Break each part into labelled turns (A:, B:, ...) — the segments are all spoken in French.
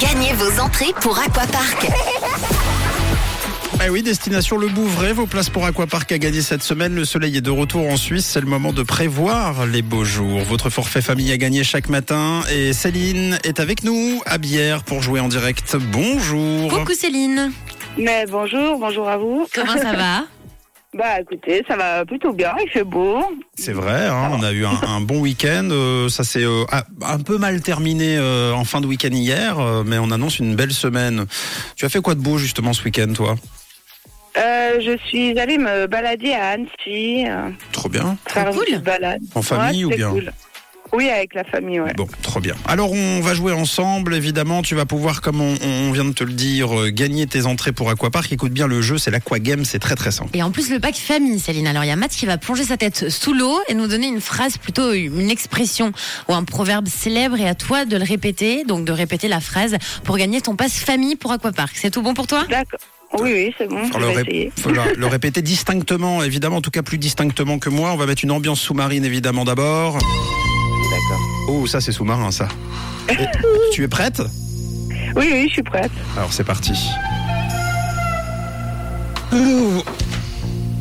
A: Gagnez vos entrées pour Aquapark.
B: Eh oui, destination Le Bouvray, vos places pour Aquapark à gagner cette semaine. Le soleil est de retour en Suisse, c'est le moment de prévoir les beaux jours. Votre forfait famille à gagner chaque matin et Céline est avec nous à Bière pour jouer en direct. Bonjour.
C: Coucou Céline,
D: Mais bonjour, bonjour à vous.
C: comment ça va
D: Bah écoutez, ça va plutôt bien, il fait beau.
B: C'est vrai, hein, on a eu un, un bon week-end. euh, ça s'est euh, ah, un peu mal terminé euh, en fin de week-end hier, euh, mais on annonce une belle semaine. Tu as fait quoi de beau justement ce week-end, toi
D: Euh, je suis allée me balader à Annecy, euh,
B: Trop bien.
D: faire
C: cool.
D: une petite balade.
B: En famille
D: Ouais,
B: ou
D: c'est
B: bien
D: cool. Oui, avec la famille, ouais.
B: Bon, trop bien. Alors on va jouer ensemble, évidemment. Tu vas pouvoir, comme on, on vient de te le dire, euh, gagner tes entrées pour Aquapark. Écoute bien le jeu, c'est l'Aquagame, c'est très très simple.
C: Et en plus le pack famille Céline, alors il y a Matt qui va plonger sa tête sous l'eau et nous donner une phrase, plutôt une expression ou un proverbe célèbre et à toi de le répéter, donc de répéter la phrase pour gagner ton passe famille pour Aquapark. C'est tout bon pour toi
D: D'accord. Oui, oui, c'est bon, je
B: Faut le,
D: vais
B: ré-
D: essayer.
B: faut le- le répéter distinctement, évidemment, en tout cas plus distinctement que moi. On va mettre une ambiance sous-marine, évidemment, d'abord.
D: D'accord.
B: Oh, ça c'est sous-marin, ça. Et- tu es prête
D: Oui, oui, je suis prête.
B: Alors c'est parti. Ouvre-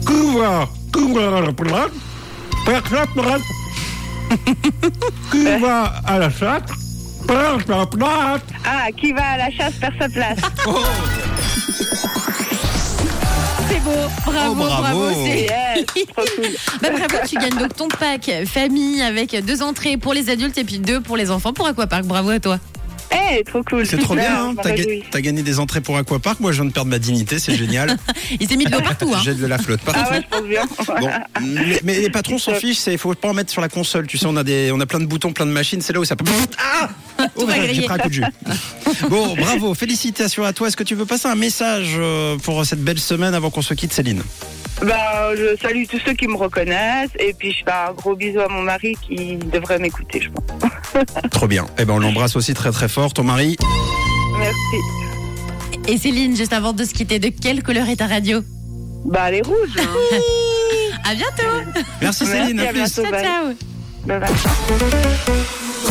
B: ouvre- ouvre la plate, prends la plate. Qui va à la chatte, prends la plate.
D: Ah, qui va à la chasse perd sa place.
C: C'est beau, bravo,
B: Oh, bravo.
C: c'est-
D: yes, trop cool.
C: Bah, bravo, tu gagnes donc ton pack famille avec deux entrées pour les adultes et puis deux pour les enfants pour Aquapark. Bravo à toi.
D: Eh, trop cool.
B: C'est trop
D: Ouais,
B: bien, hein.
D: je me
B: t'as, ga-
D: réjouis.
B: t'as gagné des entrées pour Aquapark, moi je viens de perdre ma dignité, c'est génial.
C: Il s'est mis de l'eau partout. Hein.
B: J'ai de la flotte partout.
D: Ah ouais, je pense bien.
B: Bon, mais, mais les patrons s'en fichent, c'est faut pas en mettre sur la console. Tu sais, on a des, on a plein de boutons, plein de machines. C'est là où ça. peut- Ah Oh,
C: va
B: j'ai
C: griller.
B: pris un coup de jus. Bon, bravo, félicitations à toi. Est-ce que tu veux passer un message euh, pour cette belle semaine avant qu'on se quitte, Céline
D: Bah, je salue tous ceux qui me reconnaissent et puis je fais un gros bisou à mon mari qui devrait m'écouter, je pense.
B: Trop bien. Eh ben, on l'embrasse aussi très très fort, ton mari.
D: Merci.
C: Et Céline, juste avant de se quitter, de quelle couleur est ta radio
D: Bah, elle est rouge. hein.
C: À bientôt.
B: Merci Céline.
D: Merci,
B: à plus.
D: à
C: Ciao,
D: bientôt.
C: ciao.
D: Bye. Bye bye.